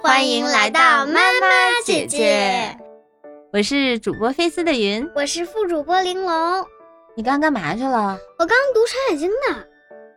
欢迎来到妈妈姐姐，我是主播菲斯的云，我是副主播玲珑。你刚干嘛去了？我刚读《山海经》呢。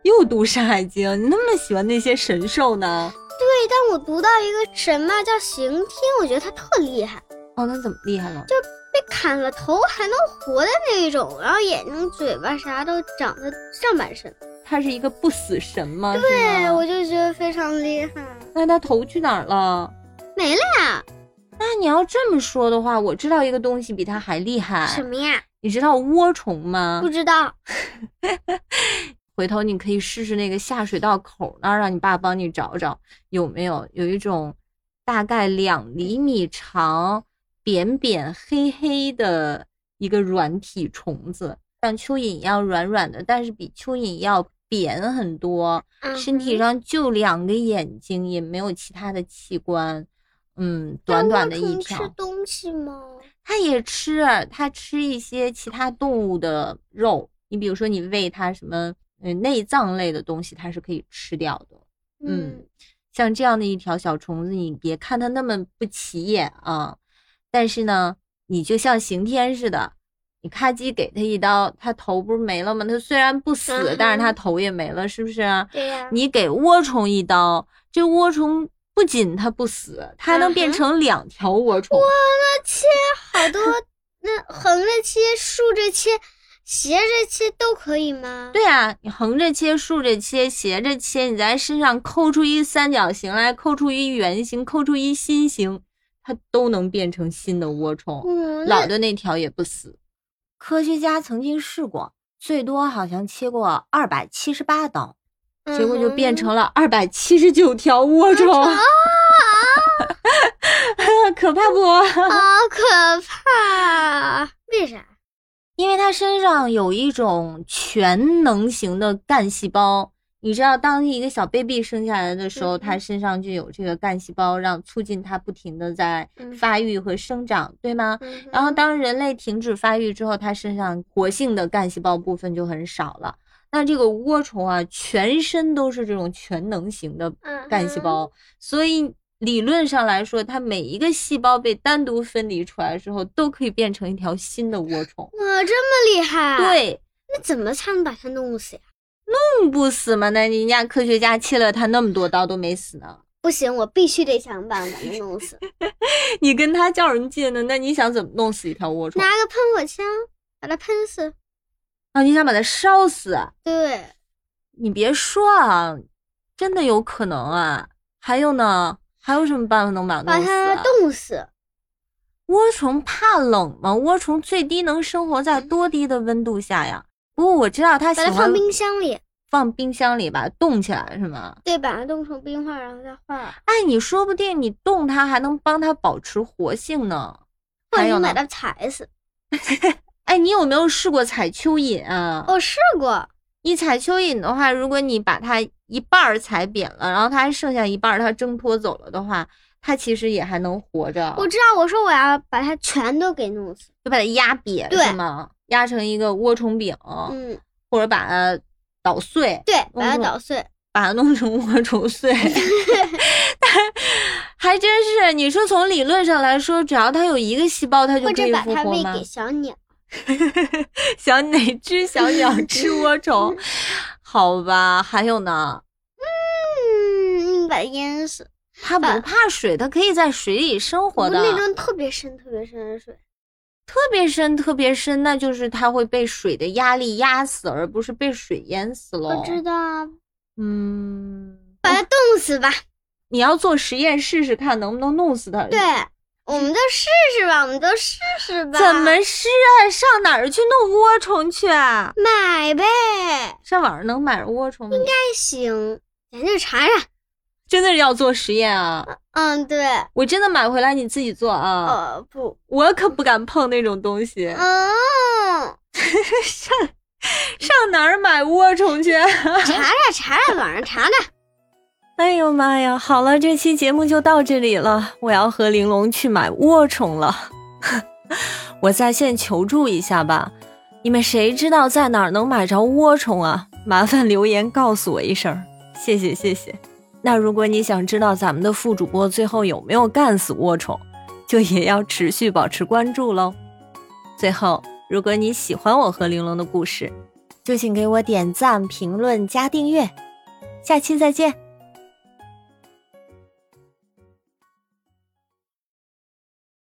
又读《山海经》？你那么喜欢那些神兽呢？对，但我读到一个神吧，叫刑天，我觉得他特厉害。哦，那怎么厉害了？就被砍了头还能活的那种，然后眼睛、嘴巴啥都长在上半身。他是一个不死神吗？对，哎我就觉得非常厉害。那他头去哪儿了？没了呀。那你要这么说的话，我知道一个东西比他还厉害。什么呀？你知道涡虫吗？不知道。回头你可以试试那个下水道口那儿，让你爸帮你找找有没有有一种大概两厘米长、扁扁黑黑的一个软体虫子，像蚯蚓一样软软的，但是比蚯蚓要扁很多，嗯身体上就两个眼睛，也没有其他的器官。嗯，短短的一条。吃东西吗？它也吃，它吃一些其他动物的肉。你比如说，你喂它什么？呃，内脏类的东西它是可以吃掉的。嗯，嗯像这样的一条小虫子，你别看它那么不起眼啊，但是呢，你就像刑天似的，你咔叽给它一刀，它头不是没了吗？它虽然不死，嗯、但是它头也没了，是不是、啊？对呀、啊。你给涡虫一刀，这涡虫不仅它不死，它还能变成两条涡虫。我的切，好多那横着切、竖着切。斜着切都可以吗？对啊，你横着切、竖着切、斜着切，你在身上抠出一三角形来，抠出一圆形，抠出一心形，它都能变成新的涡虫。嗯、老的那条也不死。科学家曾经试过，最多好像切过二百七十八刀，嗯结果就变成了二百七十九条涡虫。啊、嗯， 可怕不？好可怕！为啥？因为它身上有一种全能型的干细胞，你知道，当一个小 baby 生下来的时候，它身上就有这个干细胞，让促进它不停的在发育和生长，对吗？嗯然后当人类停止发育之后，它身上活性的干细胞部分就很少了。那这个涡虫啊，全身都是这种全能型的嗯干细胞，所以。理论上来说，它每一个细胞被单独分离出来之后，都可以变成一条新的涡虫。哇，这么厉害！啊对，那怎么才能把它弄死呀？弄不死嘛？那人家科学家切了它那么多刀都没死呢。不行，我必须得想办法把它弄死。 你跟他较什么劲呢？那你想怎么弄死一条涡虫？拿个喷火枪把它喷死。啊，你想把它烧死？对。你别说啊，真的有可能啊。还有呢？还有什么办法能把它弄死、啊？把它冻死。涡虫怕冷吗？涡虫最低能生活在多低的温度下呀？不过我知道它喜欢放冰箱里，放冰箱里把它冻起来是吗？对，把它冻成冰块，然后再化。哎，你说不定你冻它还能帮它保持活性呢。还有呢，把它踩死。哎，你有没有试过踩蚯蚓啊？我哦试过。你踩蚯蚓的话，如果你把它一半儿踩扁了，然后它还剩下一半儿，它挣脱走了的话，它其实也还能活着。我知道，我说我要把它全都给弄死，就把它压瘪，是吗？压成一个涡虫饼，嗯，或者把它捣碎，对，把它捣碎，把它弄成涡 虫碎。还真是，你说从理论上来说，只要它有一个细胞，它就可以复活吗？或者把它喂给小鸟。小哪只小鸟吃涡 虫？好吧，还有呢。嗯，把它淹死。它不怕水，它可以在水里生活的。呃那种特别深、特别深的水，特别深、特别深，那就是它会被水的压力压死，而不是被水淹死喽。我知道。嗯，把它冻死吧。你要做实验试试看，能不能弄死它？对。我们就试试吧，我们就试试吧。嗯怎么试啊？上哪儿去弄涡虫去啊？买呗，上网上能买着涡虫吗？应该行，咱就查查。真的要做实验啊？嗯，对。我真的买回来你自己做啊？呃，不，我可不敢碰那种东西。嗯，上上哪儿买涡虫去、啊？查查查查，网上查查。哎呦妈呀！好了，这期节目就到这里了。我要和玲珑去买涡虫了， 我在线求助一下吧。你们谁知道在哪儿能买着涡虫啊？麻烦留言告诉我一声，谢谢谢谢。那如果你想知道咱们的副主播最后有没有干死涡虫，就也要持续保持关注喽。最后，如果你喜欢我和玲珑的故事，就请给我点赞、评论、加订阅。下期再见。